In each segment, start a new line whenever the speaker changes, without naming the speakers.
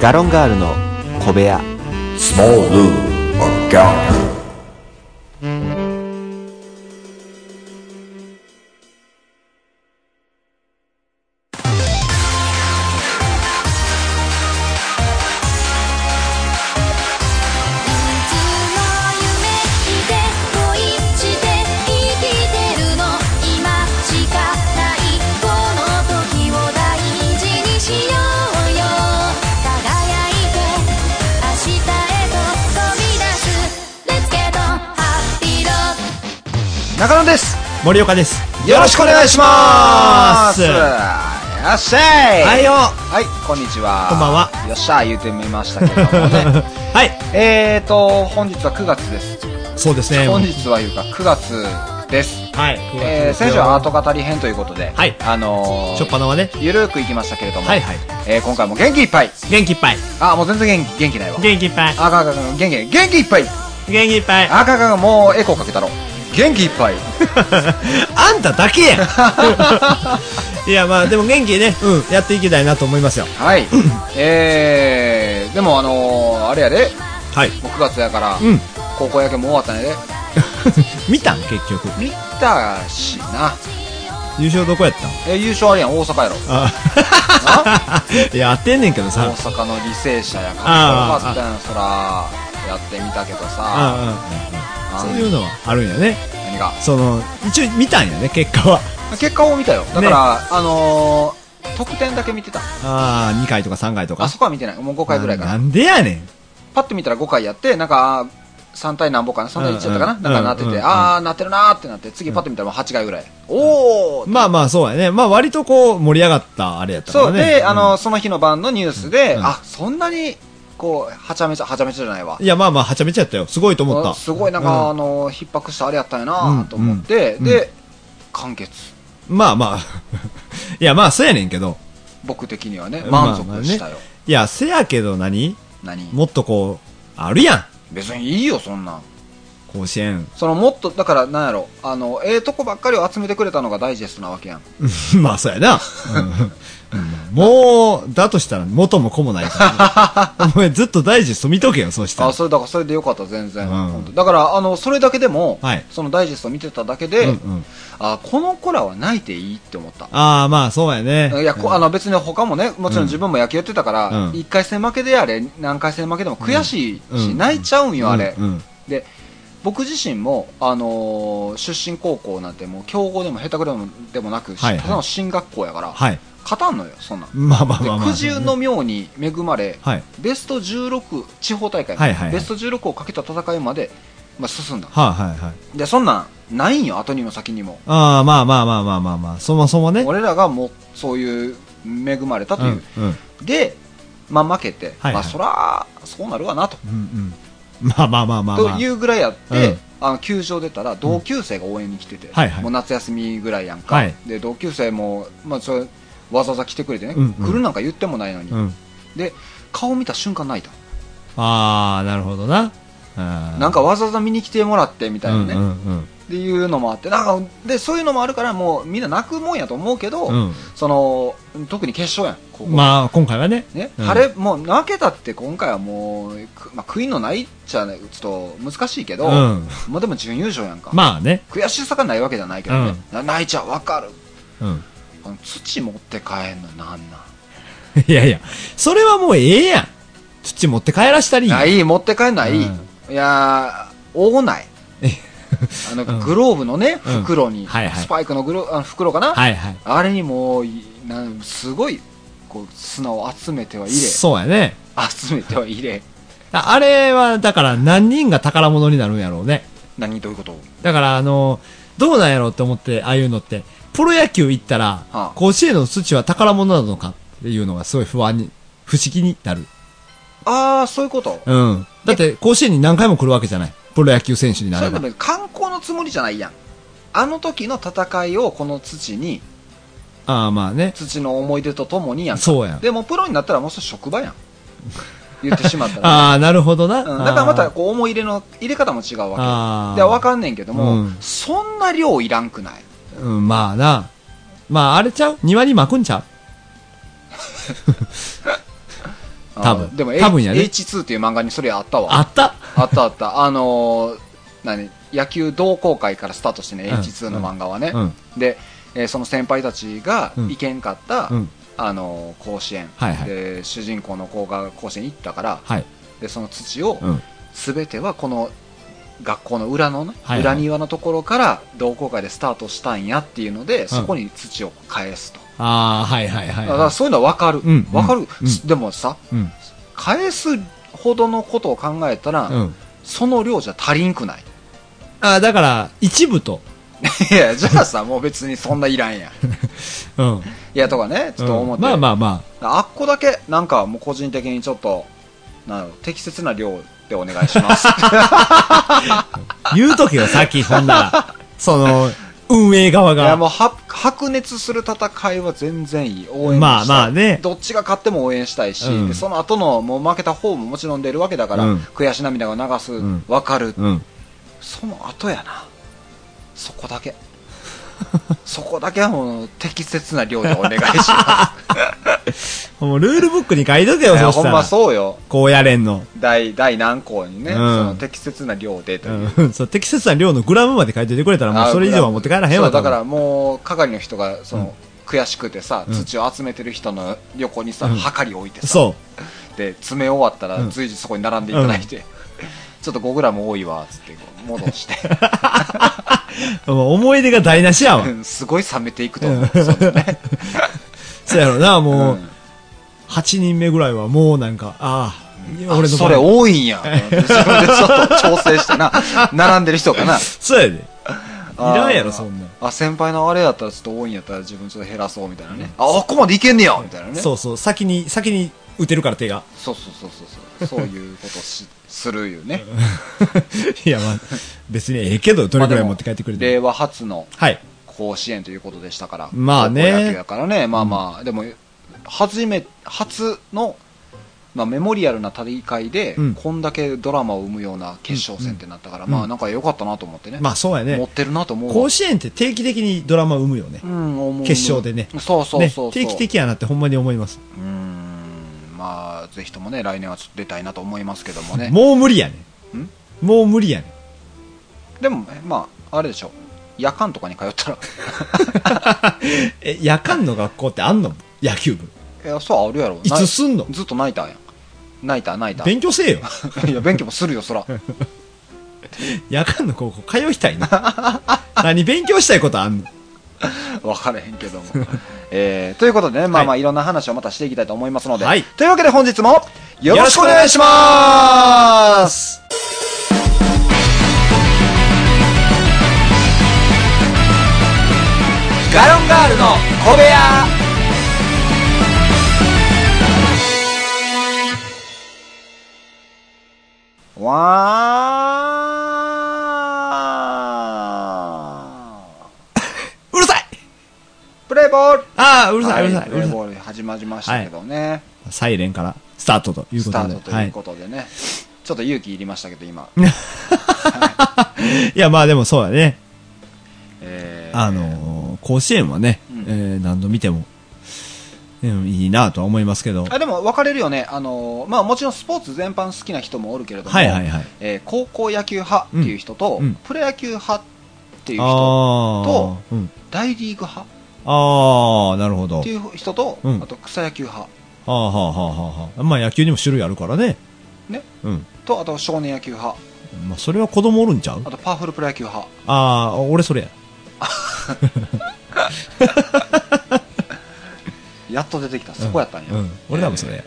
ガロンガールの小部屋
Small Lou or Gallo.
いつも夢見て恋して生きてるの今しかないこの時を大事にしようよ輝いて明日へと飛び出す Let's get on Happy Road
中野です
森岡です。
よろしくお願いしますよ
は
っしゃい
い よ。
はい、こんにちは。
こんばんは。
よっしゃー言うてみましたけども ね。
はい。
えーと、本日は9月です。
そうですね。
本日はいうか9月です。
はい。
えー、先週はアート語り編ということで、
はい
あの
しょっぱ
ー、
なはね。
ゆるーくいきましたけれども、
はいはい。
えー、今回も元気いっぱい。
元気いっぱい。
あ、もう全然元気、元気ないわ。
元気いっぱい。
あかんあかんあかん、元気、元気いっぱい。
元気いっぱい。
あかんあかん、もうエコーかけたろ。元気いっぱい。
あんた だけやん。いや、まあ、でも元気ね、うん、やっていきたいなと思いますよ。
はい。 えー、でもあのー、あれやで、
はい。
もう9月やから、
うん。
高校野球も終わったんやで。
見たん結局。
見たしな。
優勝どこやったん
え、優勝あれやん、大阪やろ。
あ いや、当てんねんけど
大
さ。
阪の履正社やから
あー
よかったやんそらやってみたけどさ
ああ、
あ
そ
の
ういうのはあるんやね。
何が
その、一応見たんやね、結果は。
結果を見たよだから、
ね
あのー、得点だけ見てた
ああ、2回とか3回とか。
あそこは見てないもう5回ぐらいか
な
なん
でやねん。
パッと見たら5回やってなんか3対何本かな3対1やったかな、
うんうん
なんかなってて、
うんうん
ああなってるなーってなって次パッと見たらもう8回ぐらい、おお
まあまあ、そうやね。まあ、割とこう、盛り上がったあれやったか
そ
ら
う
ね。
で、
ん
あのその日の晩のニュースで、
うん
あそんなにこうはちゃめちゃはちゃめちゃじゃないわ
いや、まあまあ、はちゃめちゃやったよ。すごいと思った。
あすごいなんか、
うん
あの逼迫したあれやったんやなーと思って、
うんうん
で完結
まあまあ。 いや、まあ、そうやねんけど。
僕的にはね
まあ
満足したよ、
いや、せやけど何
何
もっとこう、あるやん。
別にいいよそんなん
甲子園。
そのもっとだからなんやろあのええとこばっかりを集めてくれたのがダイジェストなわけやん
うんまあ、そうやな。うんもう、だとしたら、元も子もない から。お前、ずっと大事スト見とけよ、そうした
あ
ら。
それだからそれでよかった全然、
うん
ほんとだからあのそれだけでも、
はい
そのダイジェスト見てただけで、
うんうん
あこの子らは泣いていいって思った
ああ、まあ、そうやね。
いやこ
うん
あの別に他もねもちろん自分も野球やってたから、
うん
1回戦負けであれ何回戦負けでも悔しいし、
うん
泣いちゃうんよあれ、
うんうん
で僕自身も、あのー出身高校なんてもう強豪でも下手くれでもでもなく、
はいはい
ただの進学校やから、
はい。
勝たんのよそんなん、
まあまあまあまあ。
で九十の妙に恵まれ、
はい。
ベスト16地方大会、
はいはいはい
ベスト16をかけた戦いまで、まあ、進んだ
はいはいはい。
でそんなんないんよ後にも先にも
ああ、まあまあまあまあまあまあ。そもそもね。
俺らがもうそういう恵まれたという、
うんうん
で、まあ、負けて、
はいはい
まあ、そらそうなるわなと、
うんうん。まあまあまあまあまあ。
というぐらいやって、
うん
あの球場出たら同級生が応援に来てて、
はいはい
もう夏休みぐらいやんか、
はい
で同級生も、まあ、それわざわざ来てくれてね、
うんうん
来るなんか言ってもないのに、
うん。
で顔見た瞬間泣いた、
ああ、なるほどな。な
なんかわざわざ見に来てもらってみたいなね、
うん
っ
うん
ていうのもあってなんかでそういうのもあるからもうみんな泣くもんやと思うけど、
うん
その特に決勝やんここ
うん。まあ、今回はね。
ね
うん
晴れもう負けたって今回はもう、くまあ、悔いのないっちゃねちょっと難しいけ
う
ど、
ん。
もうでも準優勝やんか、
まあね。
悔しさがないわけじゃないけどね、な泣いちゃうわかる
うん。
あの土持って帰んのなんなん
いやいや、それはもうええやん。土持って帰らしたり。。
ないい持って帰んない、
うん
いやー大 ないあの
うん
グローブのね
うん
袋に、
はいはい
スパイクのグロあの袋かな、
はいはい。
あれにもういなんすごいこう砂を集めては入 れ
そうやね。
集めては入れ
ああれは、だから何人が宝物になるんやろうね。
何どういうこと
だから、あの、どうなんやろうって思って、ああいうのって、プロ野球行ったら、
あ
甲子園の土は宝物なのかっていうのがすごい不安に、不思議になる。
ああそういうこと、
うん。だって、甲子園に何回も来るわけじゃない。プロ野球選手にな
そ
れ
れで
ば。
も観光のつもりじゃないやんあの時の戦いをこの土に
ああ、まあね。
土の思い出とともにやんか
そうやん。
でもプロになったらもうそれ職場やん言ってしまったら、
あ あ、なるほどな。
うんだからまた
あ
こう思い入れの入れ方も違うわ
あ
けで分かんねんけども、
うん
そんな量いらんくない
うん、まあな。まあ、あれちゃう庭に巻くんちゃう多分
あでも、
多分やね
H2 っていう漫画にそれあったわ
あった
あったあったあのー何野球同好会からスタートしてね、
うん
H2 の漫画はね、
うん
で、えーその先輩たちが
うん
行けんかった、
うん
あのー甲子園、
はいはい
で主人公の子が甲子園行ったから、
はい
でその土を、
うん
すべてはこの学校の裏のね、
はいはい
裏庭のところから同好会でスタートしたんやっていうので、そこに土を返すと、
ああはいはいはい、
だから
は
そういうのは分かる、
うん
分かる、
うん
すでもさ
い、うん
返すほどのことを考えたら、
うん
その量じゃ足りんくない
ああだから一部と
いやじゃあさもう別にそんないらんやん
うん
いやとかねちょっと思って、
うんまあまあま
あっこだけなんかもう個人的にちょっとなんだろう適切な量でお願いし ます
あ言うとけよさっきそんなら その運営側
い
が
やもうは白熱する戦いは全然いい応援もしたい
まあまあね
どっちが勝っても応援したいし、
うん
でその後のもう負けた方ももちろん出るわけだから、
うん
悔し涙を流す、わ
ん
かる、
うん
その後やなそこだけ そこだけはもう適切な量でお願いし ま
もうルールブックに書いとけ
す
よ
いや
そし
ほ
た
んま
ら
そうよ
こうやれんの
第第何項にね、
うん
その適切な量でという、
うん、そう適切な量のグラムまで書いといてくれたらもうそれ以上は持って帰らへん
そ
わ
うだか
多
らもう係の人がその、悔しくてさ土を集めてる人の横にさ、
うん
測り置いて
分
さ
そ
で詰め終わった
う
ら
ん
随時そこに並んでいただいて、ちょっと5グラム多いわっつってこう戻して
うもう思い出が台無 しやわ
うんすごい冷めていくと思う、そうですね、
そうやろなもう、
うん
8人目ぐらいはもうなんかああいや俺の
それ多いんや自分でちょっと調整 してな並んでる人かな
そうやでい
あー
らんやろそんなん
あ先輩のあれやったらちょっと多いんやったら自分ちょっと減らそうみたいなね、ああここまでいけんねやみたいなね
そうそう先に先に打てるから手が
そうそうそうそうそうそういうことしするよね
いやまあ別にええけどどれぐらい持って帰ってくれ
まあでも
て
令和初の
はい
甲子園ということでしたから
まあね
高校野球だからねまあまあ、でも初め初の、まあ、メモリアルな大会で、
うん
こんだけドラマを生むような決勝戦ってなったから、
ん
まあなんか良かったなと思ってね,、
まあそうや
持
ね
ってるなと思うわ
甲子園って定期的にドラマ生むよね
うん思う思う
決勝でね
そうそうそうそう、
ね、定期的やなってほんまに思います
うーんまあぜひともね来年はちょっと出たいなと思いますけどもね
もう無理やね
ん
もう無理や ね
でもまああれでしょ夜間とかに通ったら
え夜間の学校ってあんの野球部
いやそうあるやろ
いつすんの
なずっと泣いたんやん泣いた泣いた
勉 強せえよ
いや勉強もするよそら
夜間の高校通いたいな何勉強したいことあんの
分からへんけども、えーということでねまあまあ
はい
ろんな話をまたしていきたいと思いますので、
はい
というわけで本日もよろしくお願いしますガロンガールの小部屋わー
うるさい
プレイボール
ああうるさ
は
い、うるさい
プ
うる
レイ
さい
ボール始まりましたけどね、
サイレンからスタートという
ス
こ
ター
とで
トということでね、ちょっと勇気いりましたけど今、
はい、いやまあでもそうだね
えー
あのー甲子園はね、
うん
えー何度見ても、うん、いいなとは思いますけど
あでも分かれるよね、あのーまあ、もちろんスポーツ全般好きな人もおるけれども、
はいはいはい
えー高校野球派っていう人と、
うんうん
プロ野球派っていう人
あ
と
あ、うん、
大リーグ派
ああなるほど
っていう人と、
うん
あと草野球派
はあはあはあはあまあ野球にも種類あるからね
ね
うん
とあと少年野球派
まあそれは子供おるんちゃう
あとパワフルプロ野球派
ああ俺それや
やっと出てきたそこやったんや、
うん、俺多分それや、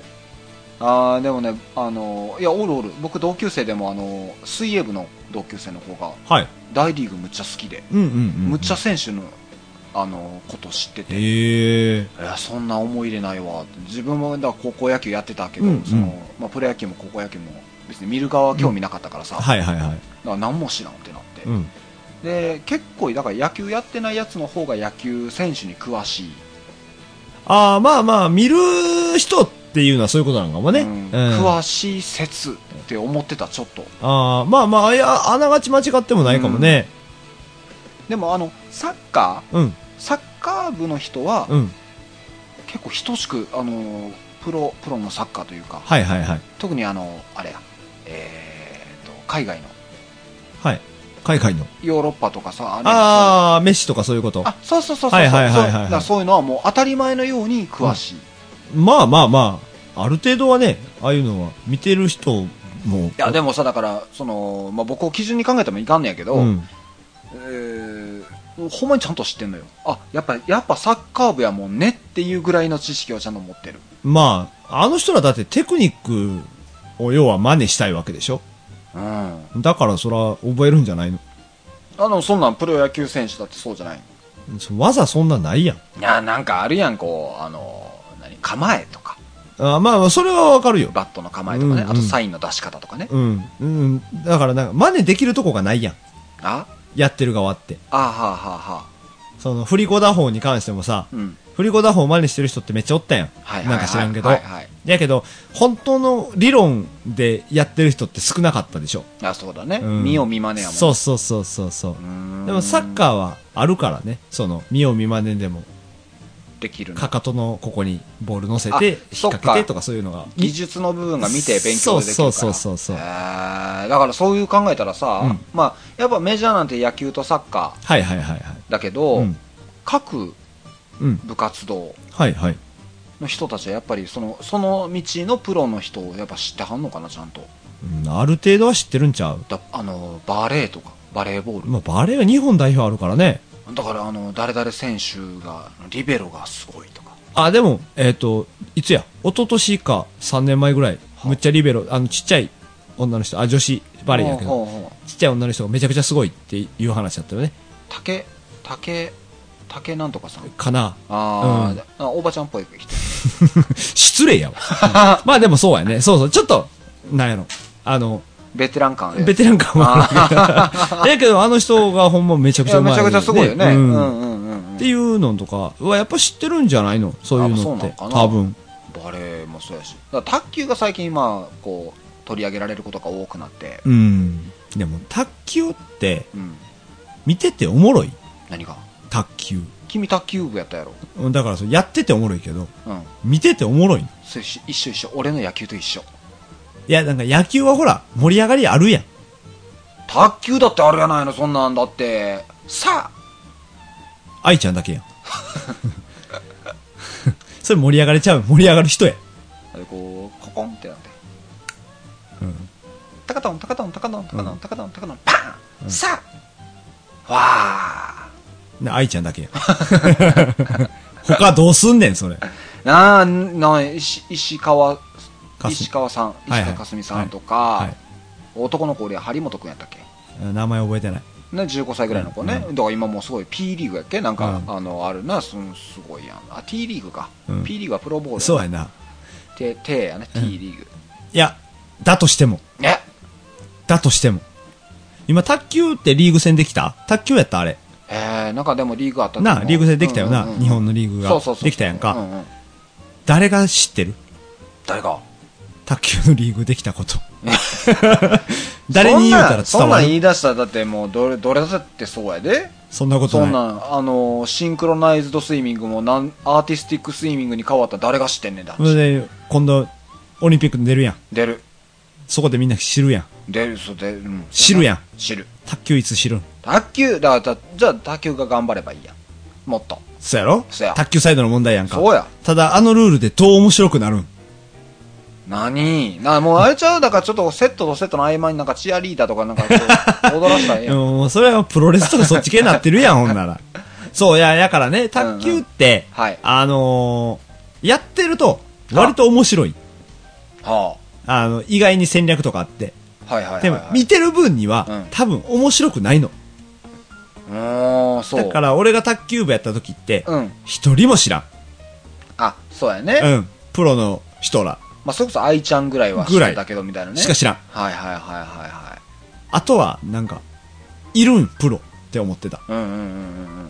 あーでもね、あのーいやおるおる僕同級生でも、あのー水泳部の同級生の子が
はい
大リーグむっちゃ好きで、
うんうんうん
むっちゃ選手のあのこと知ってて、
へえ
いやそんな思い入れないわって自分もだから高校野球やってたけど、
うんうん
そのまあ、プロ野球も高校野球も別に見る側は興味なかったからさ、だか
はいはいはい
ら何も知らんってなって、
うん
で結構だから野球やってないやつの方が野球選手に詳しい、
ああまあまあ見る人っていうのはそういうことなのかもね、
うん
うん
詳しい説って思ってたちょっと
ああまあまあいやあながち間違ってもないかもね
でもあのサッカー
うん
サッカー部の人は
うん、
結構等しく、あのープロプロのサッカーというか
はいはいはい。
特にあのあれや、えー、と海外の
はい。海外の。
ヨーロッパとかさあの
あー、メッシとかそういうこと。
あそうそうそうそうそうそ
はいうはいはいはいはい
だからそういうのはもう当たり前のように詳しい、い
まあまあまあ、ある程度はね、ああいうのは見てる人も。
やでもさだからその、まあ、僕を基準に考えてもいかんねやけど、
うん。
えーほんまにちゃんと知ってんのよあやっぱやっぱサッカー部やもんねっていうぐらいの知識をちゃんと持ってる
まあ、あの人らだってテクニックを要は真似したいわけでしょ。
うんあ
だからそら覚えるんじゃないの。
のそんなんプロ野球選手だってそうじゃない
そ技そんなないやん。
いやなんかあるやんこうあの何構えとか
あまあ、それはわかるよ。
バットの構えとかね、
うんうん
あとサインの出し方とかね、
うん。うん。だからなんか、真似できるとこがないやん。
あ
やってる側って。
あーはあはあはあ
その、振り子打法に関してもさ、
うん
振り子打法真似してる人ってめっちゃおったやん。
はいはいはい
なんか知らんけど。
はいはい
やけど、本当の理論でやってる人って少なかったでしょ。
あそうだね、
うん
見よう見まねやもん
そうそうそうそうそう。
ん
でもサッカーはあるからね。その、見よう見まねでも、
できるの
かかとのここにボール乗せて、引っ
そっか
掛けてとかそういうのが。
技術の部分が見て勉強できるから
そうそうそうそうそう
へーだからそういう考えたらさ、
うん
まあやっぱメジャーなんて野球とサッカ
はいはいはいはい。
ーだけど、
うん
各
うん。
部活動
はいはい。
の人たちはやっぱりそのその道のプロの人をやっぱ知ってはんのかなちゃんと
うん、ある程度は知ってるんちゃう
だあのバレーとかバレーボール、
まあ、バレーは日本代表あるからね。
だからあの誰々選手がリベロがすごいとか
あ、でも、えっ、と、いつや、一昨年か3年前ぐらい、むっちゃリベロ、あの、ちっちゃい女の人、あ、女子バレーやけ
ほう
ど、
ほうほう
ちっちゃい女の人がめちゃくちゃすごいっていう話だったよね。
竹竹竹なんとかさん
かな。
あ
うん
ー、あおばちゃんっぽい人
失礼やわ。 うんまあでもそうやね。そうそう。ちょっと、なんやろ。あの、
ベテラン感あるやつ
ベテラン感はあるけ ど。やけど、あの人がほんまめちゃく
い
ちゃ
や
うま
め
い、
ちゃくちゃすごいよね。う
うん
うん
ん
うんうん
っていうのとかはやっぱ知ってるんじゃないのそういう
あそ
の
う
っ
なの
て。
かな
多分。
バレーもそうやし。だから卓球が最近まあこう取り上げられることが多くなって。
うん。でも、卓球って、
うん。
見てておもろい
何が？
卓球。
君卓球部やったやろ。
うんだからそうやってておもろいけど、
うん。
見てておもろいの。
そう一緒一緒一緒。俺の野球と一緒。
いや、なんか野球はほら、盛り上がりあるやん。
卓球だってあるやないのそんなんだって。さあ。
愛ちゃんだけ やん。それ盛り上がれちゃう。盛り上がる人や。
でこうココンってなって。
うん。
タカトンタカトンタカトンタカトンタカトンタカトンパーン。さあ。わあ。
な、愛ちゃんだけやん。 他どうすんねん、それ。
なあな石石川
かす
石川さん石
はいはい
川かすみさんとか。
はい。
男の子俺張本君やったっけ
名前覚えてない。
ね、15歳ぐらいの子ね、だから今もうすごい P リーグやっけなんか、
うん
あのあるなすんすごいやんあ T リーグか、
うん
P リーグはプロボール
そうや
ね
な。
ててやね T リーグ、
いや、だとしても。
え
だとしても。今、卓球ってリーグ戦できた卓球やったあれ。
えー、なんかでもリーグあったと思う
なあ、リーグ戦できたよな。
うんうんうん
日本のリーグが。
そうそうそう
できたやんか。
ううん
誰が知ってる
誰か
卓球のリーグでき たこと。誰に言うたら
そんなんそ
伝
んな
わ
ん言
る
い出したらだってもうどれどれだってそうやで
そんなこと
そん
ない。
なんあのーシンクロナイズドスイミングもなんアーティスティックスイミングに変わったら誰が知ってんねんだ、
それで、今度、オリンピックに出るやん。
出る
そこでみんな知るやん。
出るそう出る、うん、
知るやん
知る
卓球いつ知るん
卓球だからだじゃあ卓球が頑張ればいいやんもっと
そうやろ
そうや
卓球サイドの問題やんか。
そうや
ただ、あのルールでどう面白くなるん
何なもうあれちゃうだからちょっとセットとセットの合間になんかチアリーダーとかなんかこう 踊らしたらええ
い
や
や
ん
もうそれはプロレスとかそっち系になってるやん、ほんな ら。そう、いや、やからね、卓球って、
うんうんはい
あのーやってると、割と面白い。
は
あの、意外に戦略とかあって。
あはいはいはい、
でも、
はい、
見てる分には、
うん
多分面白くないの。
うーんそう
だから、俺が卓球部やった時って
うん、
一、人も知らん。
あそうやね、
うん。プロの人ら
まあ、それこそ愛ちゃんぐらいは知ってたけどみたいなね
しか知らん。
はいはいはいはいはい
あとは、なんか、いるん、プロって思ってた。
うんうんうんうんうん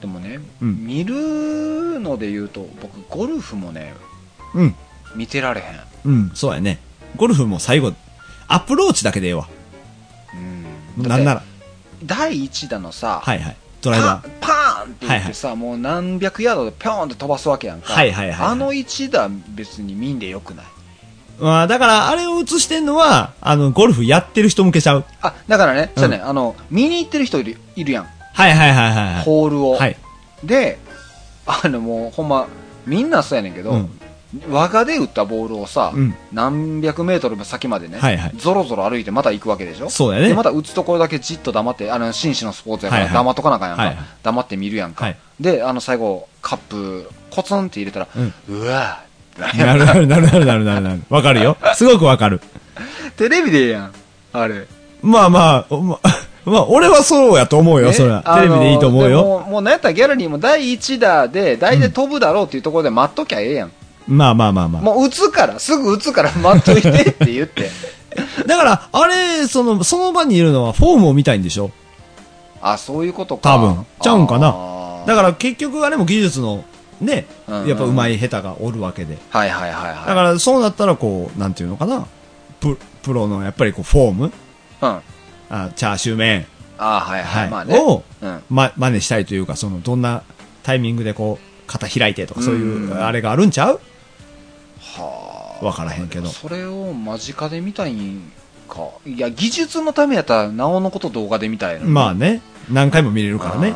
でもね、
うん
見るので言うと僕ゴルフもね
うん。
見てられへん
うん、そうやね。ゴルフも最後、アプローチだけでええわ。
うん
なんなら。
第1打のさ、
はいはい。ドライバー
パ。パーンンって言ってさ、もう何百ヤードでピョーンって飛ばすわけやんか。
はいはいはいはい
あの一打別に見んでよくない。
まあ、だから、あれを映してんのは、あの、ゴルフやってる人向けちゃう。
あ、だからね、
うん
じゃあね、あの、見に行ってる人いるいるやん。
はいはいはいはいはい。
ホールを。
はい。
で、あのもうほんま、みんなそうやねんけど、
うん
我がで打ったボールをさ、
うん
何百メートルも先までね、
はいはい
ぞろぞろ歩いてまた行くわけでしょ
そうやね
でまた打つところだけじっと黙って、あの、紳士のスポーツやか
は
ら
いはい
黙っとかなあかんやんか、
はいはい
黙って見るやんか。
はい
で、あの最後、カップ、コツンって入れたら、うわぁ、なんや
なるなるなるなるなるなるなる。わかるよ。すごくわかる。
テレビでええやん、あれ。
まあまあ、おま あ、まあ、俺はそうやと思うよ、
ね
それは。
あ
テ
の
レビでいいと思う
で
よ。
もう、もうなんやったらギャラリーも第1打で、大体飛ぶだろうっていうところで待っときゃええやん。
まあまあまあまあ。
もう打つから、すぐ打つから待っといてって言って。
だから、あれ、その、その場にいるのはフォームを見たいんでしょ
あ、そういうことか。
多分。ちゃうんか
あ
な
ー。
だから結局あれも技術の、ね、
うんうん
やっぱ上手い下手がおるわけで。
はいはいはいはい。
だからそうなったらこう、なんていうのかな。ププロのやっぱりこう、フォーム
うん。
あチャーシュー麺、
あはいはい。
はい
まあね。
を
うん。
ま、真似したいというか、その、どんなタイミングでこう、肩開いてとか、そういうう、
ん
あれがあるんちゃう
はあ。
わからへんけど。
それを間近で見たいんか。いや、技術のためやったら、なおのこと動画で見たいのに。
まあね、何回も見れるからね。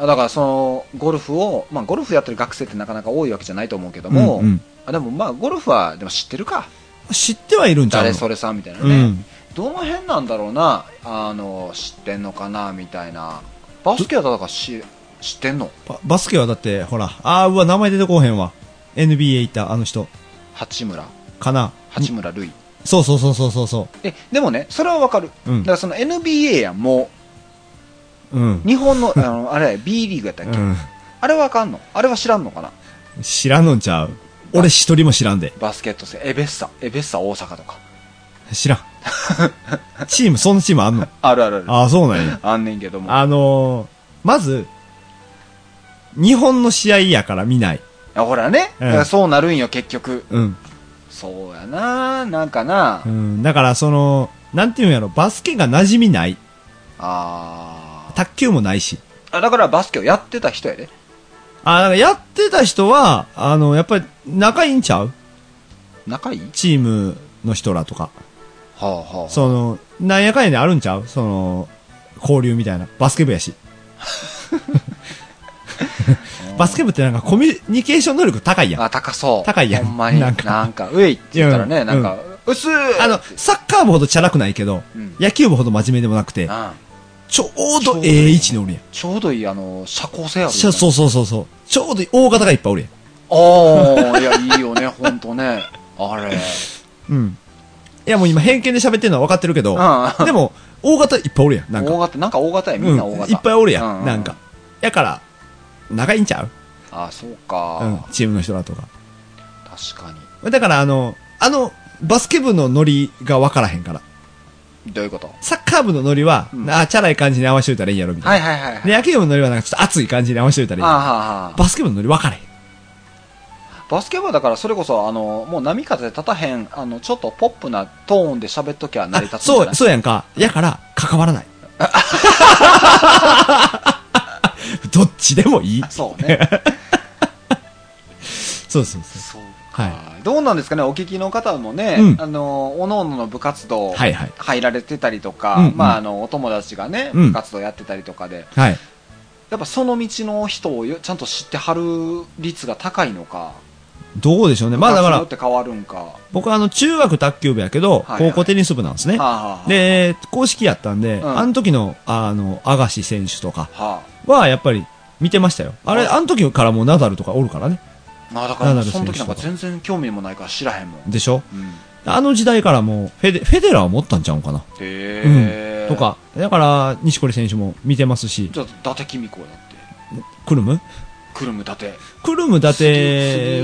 あーだからそのゴルフを、まあ、ゴルフやってる学生ってなかなか多いわけじゃないと思うけども、
うんうん
あでもまあゴルフはでも知ってるか
うん知ってはいるんちゃうの
誰それさんみたいな
う
ね、
ん。
どの辺なんだろうなあの知ってんのかなみたいなバスケはだからし知ってんの
ババスケはだって、ほら、あー、うわ、名前出てこうへんわ。NBA いた、あの人、
八村
かな。
八村塁
そうそうそうそうそうそ
えでもねそれはわかる、
うん
だからその NBA やんも
う。うん
う。日 本のあのあれ B リーグやったっ
う
け、
ん。
あれわかんのあれは知らんのかな
知らんのんちゃう。俺一人も知らんで。
バスケット戦エベッサエベッサ大阪とか
知らん。チーム、そんなチームあんの
あるあるあるあ
あー、そうなんや。
んねんけども
あのー、まず、日本の試合やから見ない。
いやほらね、
うん
だからそうなるんよ、結局。
うん。
そうやな、なんかな、
うん。だから、その、なんていうんやろ、バスケが馴染みない。
あー
卓球もないし。
あ。だからバスケをやってた人やで。
あー、だからやってた人は、あの、やっぱり仲いいんちゃう
仲いい
チームの人らとか。
はあはあ。
その、なんやかんやであるんちゃうその、交流みたいな。バスケ部 やし。バスケ部ってなんかコミュニケーション能力高いやん。
あ、高そう。
高いやん
ほんまに。な
なんん
か、
か
なんかウェイって言ったら
う
ね、
ん
なんか、うっすー
あの、サッカー部ほどチャラくないけど、
うん
野球部ほど真面目でもなくて、
あ
ちょうどええ位置におるやん。
ちょうどいい、あの、社交性ある、ね。
しゃそうそうそうそう。ちょうどいい大型がいっぱいおるやん。
ああ、いや、いいよね、ほんとね。あれ。
うん。いやもう今偏見で喋ってるのは分かってるけど
ああ、
でも、大型いっぱいおるやん。なんか。
大型、なんか大型や、みんな大型。
うん、いっぱいおるやん。
うう
なんか。。やから、仲いいんちゃう
あ、そう
うん
か、。
チームの人らとか。
確か
だからあの、あの、バスケ部のノリが分からへんから。
に。どういうこと
サッカー部のノリは、
うん
ああ、チャラい感じに合わせといたらいいやろ、みた
はいい
な。
はいはいはい。
で、野球部のノリはなんかちょっと熱い感じに合わせといたらいい
あ
や
あ
ろ。
はあはあ。
バスケ部のノリ分かれへん。
バスケ部はだからそれこそあのもう波風立たへんあのちょっとポップなトーンで喋っときゃ成り立つんじゃ
そ
な
う、
い
そうやんか。やから、関わ らない。どっちでもいい。
そうね
そうそうそう。
そう
は
どうなんですかねお聞きの方もね、
うん
あのおのおのの部活動
はいはい
入られてたりとか、
うんうん
まああのお友達がね
うん
部活動やってたりとかで、
はい。
やっぱその道の人をよちゃんと知ってはる率が高いのか
どうでしょうね。まあだか
部活によ
ら
っ、て変わるんか、は
僕はあの、中学卓球部やけど
は、いはい
高校テニス部なんですね
あ。はあ、
で、公式やったんで、
うん
あの時の、あの、アガシ選手とか
は
は、やっぱり、見てましたよ。あれ、
あ
あの時からもうナダルとかおるからね。
あ、まあだから
ナダル
その
選
時
手
なんか全然興味もないから知らへんもん、
でしょ
うん、
あの時代からもう、フェデ、フェデラー持ったんちゃうんかな。
へえ、
とか、だから、西堀選手も見てますし、
じゃあ伊達公子だって
クルム
久留米伊達
クルム伊達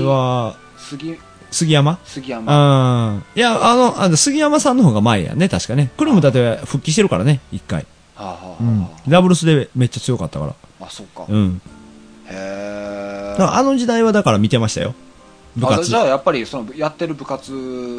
は、
杉
杉山
杉山
うん。いや、あの、あの杉山さんの方が前やね、確かね。クルム伊達は復帰してるからね、一回。
あはあ、
うん。ダブルスでめっちゃ強かったから。
あそうか、へ
うん。
え
だからあの時代はだから見てましたよ。部
あ
活
じゃ。あやっぱりそのやってる部活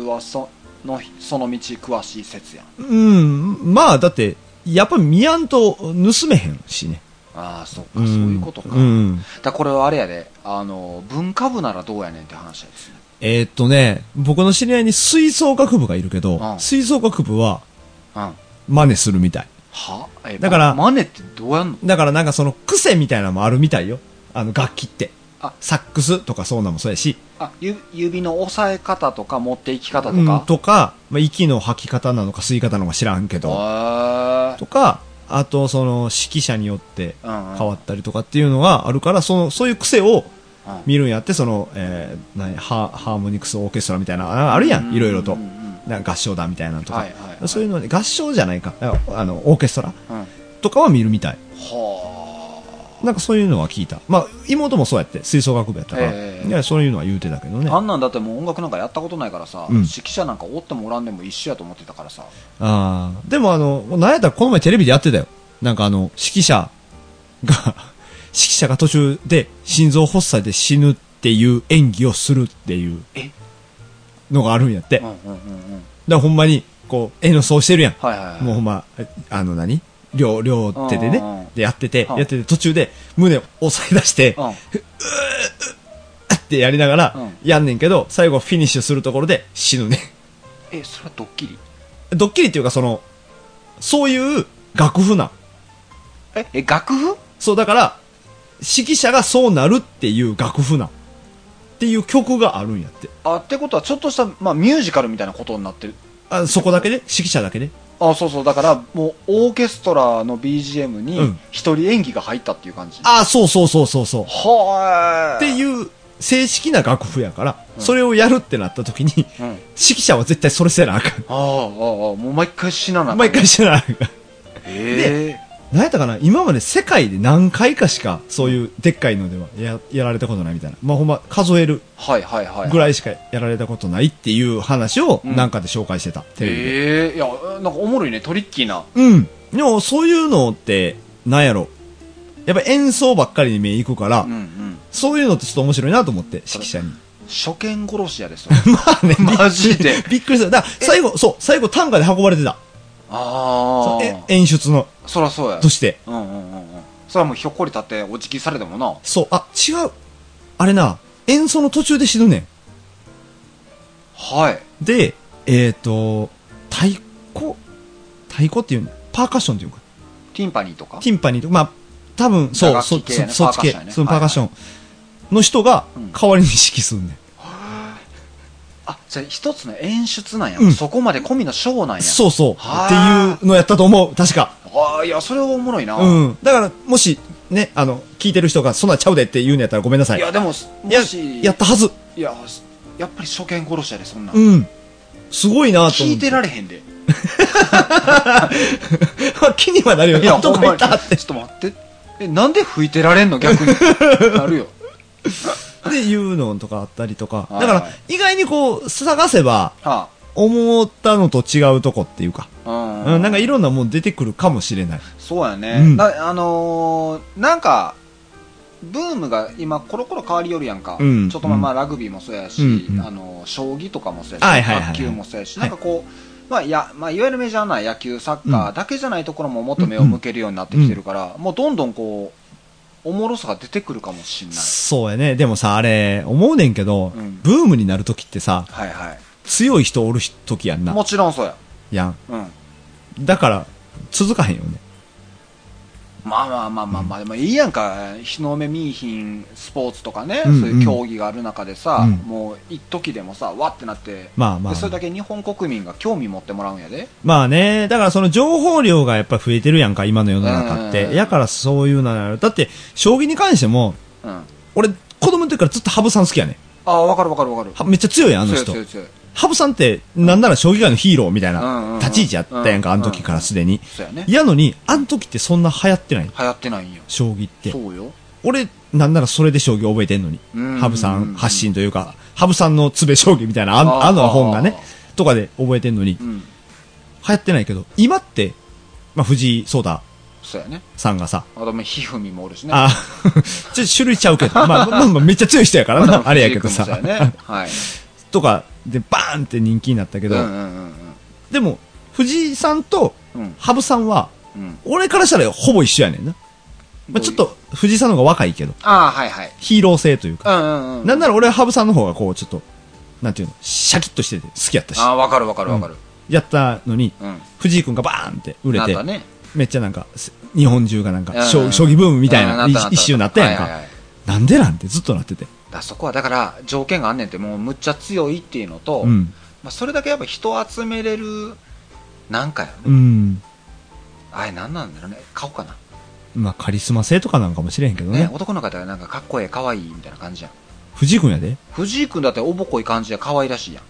はそのその道詳しい説やん
うん。まあ、だって、やっぱ見やんと盗めへんしね。
ああそっか、
うん
そういうことか、
うん
だこれはあれやであの文化部ならどうやねんって話やですね
えーっとね、僕の知り合いに吹奏楽部がいるけど、
うん
吹奏楽部は
うん
真似するみたい。
はえ
だから
まマネってどうやんの
だからなんかその癖みたいなのもあるみたいよ。あの楽器って。
あ
サックスとかそうなのもそうやし、
あゆ指の押さえ方とか持っていき方と
うん
か、
とか、まあ、息の吐き方なのか吸い方なのか知らんけど、
へ
とか、あとその指揮者によって
うんうん
変わったりとかっていうのがあるから、そのそういう癖
う
を
ん
見るんやって、その、えー何ハハーモニクスオーケストラみたいな、ああるや、
うんん
いろいろと
うんうん。
なんか合唱団みたいなのとか、
はいはいはい
そういうのね、合唱じゃないか、ああの、オーケストラ
え、うん、は
とかは見るみたい。
あ
なんかそういうのは聞いた。まあ、妹もそうやって、吹奏楽部やったから、
ええ
いや、そういうのは言うてたけどね。
あ
あ
んなんだってもう音楽なんかやったことないからさ、
うん
指揮者なんかおってもおらんでも一緒やと思ってたからさ、
あーでもあの、なんやったらこの前テレビでやってたよ。なんかあの、指揮者が、 指揮者が途中で心臓発作で死ぬっていう演技をするっていう
え
のがあるんやって。
うん
だか
うんうんうん、
らほんまに、こう、演奏してるやん。
はいはいはい、
もうほんま、あの何両、両手で
うんうんうん
ね、でやってて、
うん
やってて途中で胸を押さえ出して、
うん、
ってやりながら
うん
やんねんけど、最後フィニッシュするところで死ぬね。
え、それはドッキリ
ドッキリっていうかその、そういう楽譜なん。
え、え楽譜
そうだから、指揮者がそうなるっていう楽譜なん。っていう曲があるんやって。
あってことは、ちょっとした、まあ、ミュージカルみたいなことになってる、
あそこだけで指揮者だけで
あそうそう、だからもうオーケストラの BGM
う
に
ん
一人演技が入ったっていう感じ、
あそうそうそうそうそう。っ
は
て
ーい、
いう正式な楽譜やから、それをやるってなった時に、指
うん、あ
揮者は絶対それせなあかん。
あ、ああ、もう毎回死なない、
毎回、してなあかん。
え
何やったかな今まで世界で何回かしかそういうでっかいのではややられたことないみたいな。まあほんま数える
ー、はいはいはい、
ぐら
い、
いしかやられたことないっていう話を
うん
なんかで紹介してた、テレビで。
ええいや、なんかおもろいね、トリッキーな、
うん。でもそういうのってなんやろ。やっぱ演奏ばっかりに目行くから、
うんうん、
そういうのってちょっと面白いなと思って、指揮者に。
初見殺しやですよ、
ま あね、
マジで
びっくりした。だから最後、そう、最後短歌で運ばれてた。
あ
え
あ、
演出の、
そらそうや
と、して。
うんうんうんうん、そらもうひょっこり立って、お辞儀されてもな、
そう、あ、違う。あれな、演奏の途中で死ぬねん。
はい、
で、えっ、と、太鼓太鼓っていうのパーカッションっていうか、
ティンパニーとか、
ティンパニーとか、まあ、多分、そ
打
う、
楽
そ
器系ね
そそっち系
パーカッションや、ね
そのパーカッションの人が
うん
代わりに指揮すんねん。
あじゃあ一つの演出なんや、
うん
そこまで込みのショーなんや。
そうそう。って
はあ
いうのやったと思う、確か。
ああ、いや、それはおもろいな。
うん。だから、もし、ね、あの、聞いてる人が、そんなんちゃうでって言うんやったらごめんなさい。
いや、でも、もし、
いややったはず。
いや、やっぱり初見殺しやで、そんなん。
うん。すごいなと
聞
思っ
い
て。
てられへんで。
気にはなるよね。 どこ行った
に
っ
ちょっと待って。え、なんで吹いてられんの逆 に。なるよ。
ていうのとかあったりとか。
はい
だから、意外にこう、探せば、
は
思ったのと違うとこっていうか。
あ。うん。
うん、なんかいろんなもん出てくるかもしれない。
そうやね。
うん
なあのーなんか、ブームが今、コロコロ変わりよるやんか、
うん
ちょっとまあまあラグビーもそうやし、
うんうん
あのー将棋とかもそうやし、
はいはいはいはい
卓球もそうやし、
はい
なんかこう、まあいやまあ、いわゆるメジャーな野球、サッカーだけじゃないところももっと目を向けるようになってきてるから、もうどんどんこう、おもろさが出てくるかもしんない。
そうやね。でもさ、あれ、思うねんけど、
うん
ブームになるときってさ、
はいはい。
強い人おる時やんな
も。ちろんそうや。
やん。
うん。
だから、続かへんよね。
まあまあまあまあまあ、でもいいやんか、日の目見いひんスポーツとかね、
うんうん
そういう競技がある中でさ、
うん
もう一時でもさ、わってなって、
まあまあ
でそれだけ日本国民が興味持ってもらうんやで、
まあね、だからその情報量がやっぱ増えてるやんか、今の世の中っ
うん
て。やからそういうのなだって、将棋に関しても、
うん、あ
俺、子供の時からずっと羽生さん好きやね
あ、わかるわかるわかる、
はめっちゃ強いやん、あの
強い
人
強。い強い、
羽生さんって、なんなら将棋界のヒーローみたい
うんうんう
なん立ち位置やったやんか、あの時からすでに。
そうやね、
やのに、あの時ってそんな流行ってない
流行ってないんよ、
将棋って
そ。うよ、
俺、なんならそれで将棋覚えてんのに
うん。
羽生さん発信というか、羽生さんのつべ将棋みたいな、あの
あー
あの本がね、とかで覚えてんのに
う、ん、
流行ってないけど、今って、まあ、藤井聡太
そうやね、
さんがさ、
あともうひふみもおるしね、
あ、 ちょっと種類ちゃうけど、まあ、まあ、まあめっちゃ強い人やか
あ
らな、あれやけどさ、
そうやね、 はい、
とかでバーンって人気になったけ
うんう
ど、
んうん
でも、藤井さんと
うん、うん
羽生さんは、
うん、
俺からしたらほぼ一緒やねんな。まあ、ちょっと藤井さんの方が若いけど、
ああ、はいはい。
ヒーロー性という
う
か、
んうんうん。
なんなら俺は羽生さんの方がこう、ちょっと、なんていうの、シャキッとしてて好きやったし、
ああ、わかるわかるわかる。
やったのに、
うん。
藤井君がバーンって売れ、
なってたね。
めっちゃなんか、す日本中がなん
うんう
か、
ん
将将棋ブームみたい
うん
な、
った
一周なったや
はい
ん
はい
か。
はい
なんでなんてずっとなってて。
だそこはだから条件があんねんってもうむっちゃ強いっていうのと、
うん。
まあ、それだけやっぱ人を集めれるなんかよね、
うん。
あれなんなんだろうね買おうかな、
まあ、カリスマ性とかなんかもしれへんけど
ね
ね。
男の方がなんかかっこええかわいいみたいな感じやん
藤井君やで。
藤井君だっておぼこい感じで可愛らしいやん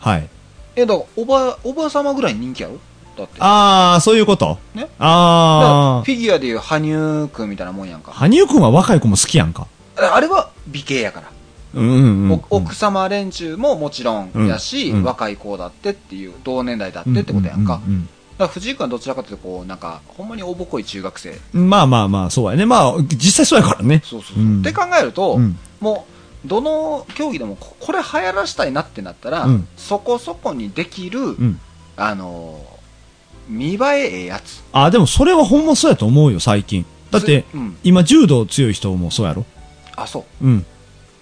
はい。
えだからおばおば様ぐらい人気やろだって
あー、そういうこと
ねだから
あ
フ
ー。
ィギュアでいう羽生君みたいなもんやんか
羽生君は若い子も好きやんか。
ああれは美形やから、
うんうんうん。
お奥様連中ももちろんやし、
うんうん
若い子だってっていう同年代だってってことやんか、
うううん
だから藤井君はどちらかというとこうなんかほんまにおぼこい中学生
うんまあまあまあ、そうやね。まあ、実際そうやからね。
そうそうそう、
うん
って考えると、
うん
もうどの競技でもここれ流行らしたいなってなったら、
うん
そこそこにできる、
うん。
あのー見栄えええやつ
あー、でもそれはほんまそうやと思うよ、最近。だって
そ、れうん、
今、柔道強い人もそうやろ。
あそう
うん。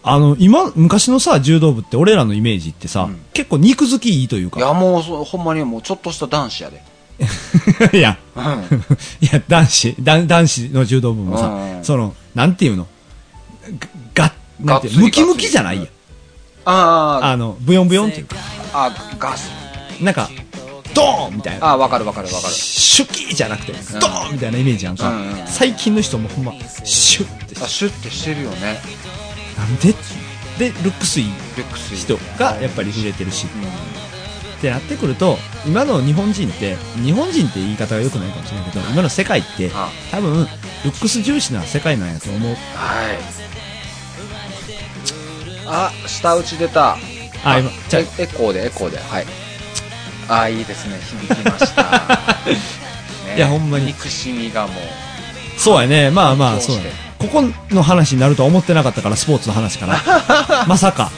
あの、今、昔のさ、柔道部って俺らのイメージってさ、
うん
結構肉付きいいという
い
か。
やもうそうほんまにもうちょっとした男子やで、
いや、
うん、
いや、男子、男男子の柔道部もさ、
うん
その、なんていうのが、がなんていうの
が
ム
っつり
キムキじゃないやん。
あー
あの、ブヨンブヨンっていうか、
あガス
なんか、ドーンみたい
あ
な。
ーわかるわかるわかる
シュキーじゃなくて、ドーンみたいなイメージやんか。
うん
最近の人もほんま、シュッて
あシュッてしてるよね
なんでで、ルックスいい
ルックスいい
人がやっぱり触れてるし。ってなってくると今の日本人って日本人って言い方が良くないかもしれないけど今の世界って
あ
多分ルックス重視な世界なんやと思う
はいあ舌打ち出た
あ今じゃあ
えエコーでエコーではいああいいですね響きました、 ね
いやほんまに
憎しみがもう
そうやねまあまあ
そ
そうう
し
や
て
ねここの話になるとは思ってなかったからスポーツの話 かなまさか、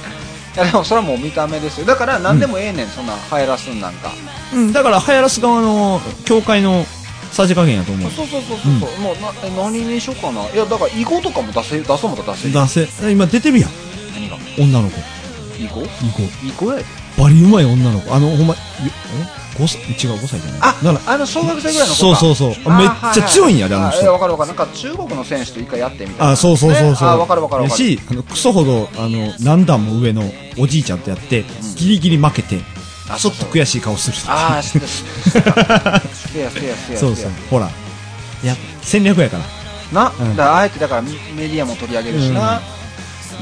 いやでもそれはもう見た目ですよだから何でもええねん、そんなん流行らすんなんか
うん、だから流行らす側の協会のさじ加減やと思う
そうそうそうそうそう、もうなえ何にしようかないやだから囲碁とかも出せ出そうもたら出せる
出せ今出てるやん
何が
女の子
囲碁
以
囲
降
碁やで
バリうまい女の子あのほんまよえ5歳違う5歳じゃない
あ
だから
あの小学生ぐらいの子
そう
か
そうそう
あ
めっちゃ強いんやであの人
はははあいやわかるわかるなんか中国の選手と一回やってみたいな
あそうそうそうそう。
ねあわかるわかるわかる
やし、あの、クソほど、あの、何段も上のおじいちゃんとやって、ギリギリ負けて、ち
あ
ょっと悔しい顔する。
ああ知ってる知ってる知ってるせやせやせやせや
そうそう。ほら。いや、戦略やから。
な、
うん
だからあえてだからメディアも取り上げるしな、
だか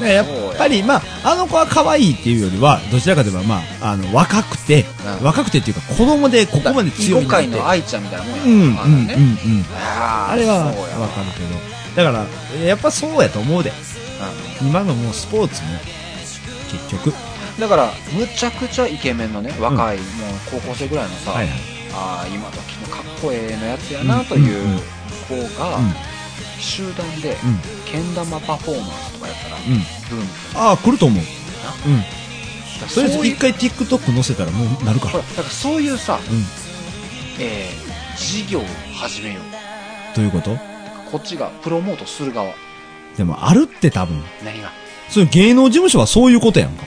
らやっぱり、まあ、あの子は可愛いっていうよりは、どちらかといえば、まあ、あの、若くて
う、ん
若くてっていうか、子供でこ
だ
こまで強い
囲碁界
って。
の愛ちゃんみたいなもんや
うん、うん、うん、う
あのね
ん。
あー
あれは、
そう
わ
や
かるけど。だから、やっぱそうやと思うで。今のもうスポーツも、結局。
うんだからむちゃくちゃイケメンのね若い、もう高校生ぐらいのさ、
はいはい。
ああ今時のかっこええのやつやなという
うんうんうん
子が、
うん
集団で
うん、
けん玉パフォーマンスとかやったら、
うん。
ブーム
ああ、来ると思う。うん。
だから
と
そう
りあえず
い
一
う
回 TikTok 載せたらもうなるか
ほ
ら
ら。だからそういうさ、
うん。
えー事業を始めよう
どういうこと
こっちがプロモートする側
でもあるって多分。
何が
それ芸能事務所はそういうことやんか。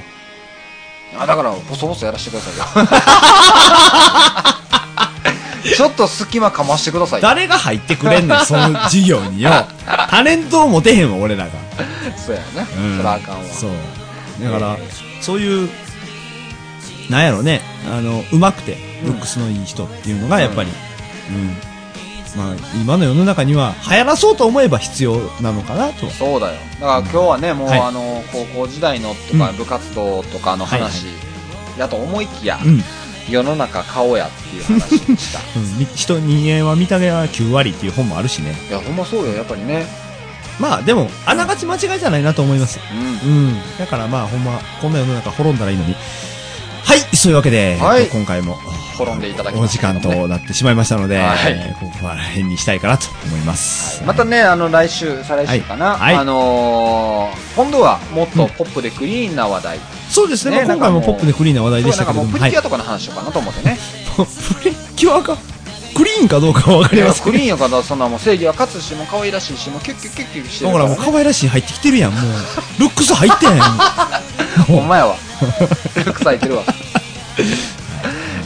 あだからボソボソやらせてくださ いよちょっと隙間かましてくださいよ
誰が入ってくれ んねん、その事業に よ。タレントを持てへんわ、俺らが。
そうやな、
うん。
そらあかんわ
そう。だから、そういう、なんやろね、あの、うまくて、ルックスのいい人っていうのが、やっぱり、うん。まあ、今の世の中には、流行らそうと思えば必要なのかなと。
そうだよだから今日はねもう、
はい
あの高校時代のとか、
うん
部活動とかの話、やと思いきや、
うん。
世の中顔やっていう話で した
うんみ人人間は見た目は9割っていう本もあるしね
いやほんまそうよやっぱりね
まあでもあながち間違いじゃないなと思います
うん
うんだからまあほんまこんな世の中滅んだらいいのにはいそういうわけで、
はい
えっと今回も
滅んでいただき
お
ま
時
したけど
間
ね
となってしまいましたので、
はい
えーここは辺にしたいかなと思います、
またねあの来週再来週かな、
はいはい
あのー今度はもっとポップでクリーンな話題、
そうです
ね
ねまあ今回もポップでクリーンな話題
今
で
日
し
はな
た
んかもう
けれども
プリキュアとかの話しようかなと思ってね、
はいプリキュアかクリーンかどうかは分か
い
りま
や
す
クリーンやからそんなもう正義は勝つしもう可愛らしいしもうキュッキュッキュッキュッして
だ
る
からもう可愛らしい入ってきてるやんもうルックス入ってんやん
ほんまや わ ルック咲いてるわ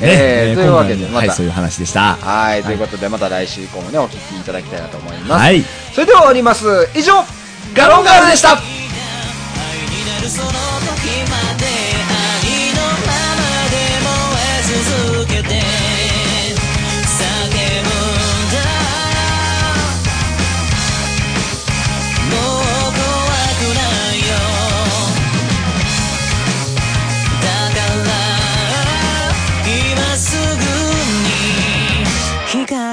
えーというわけで
今
ま
回のはい
た
そういう話でした
はいということでまた来週以降もねお聞きいただきたいなと思います、
はい
それでは終わります以上ガロンガールでした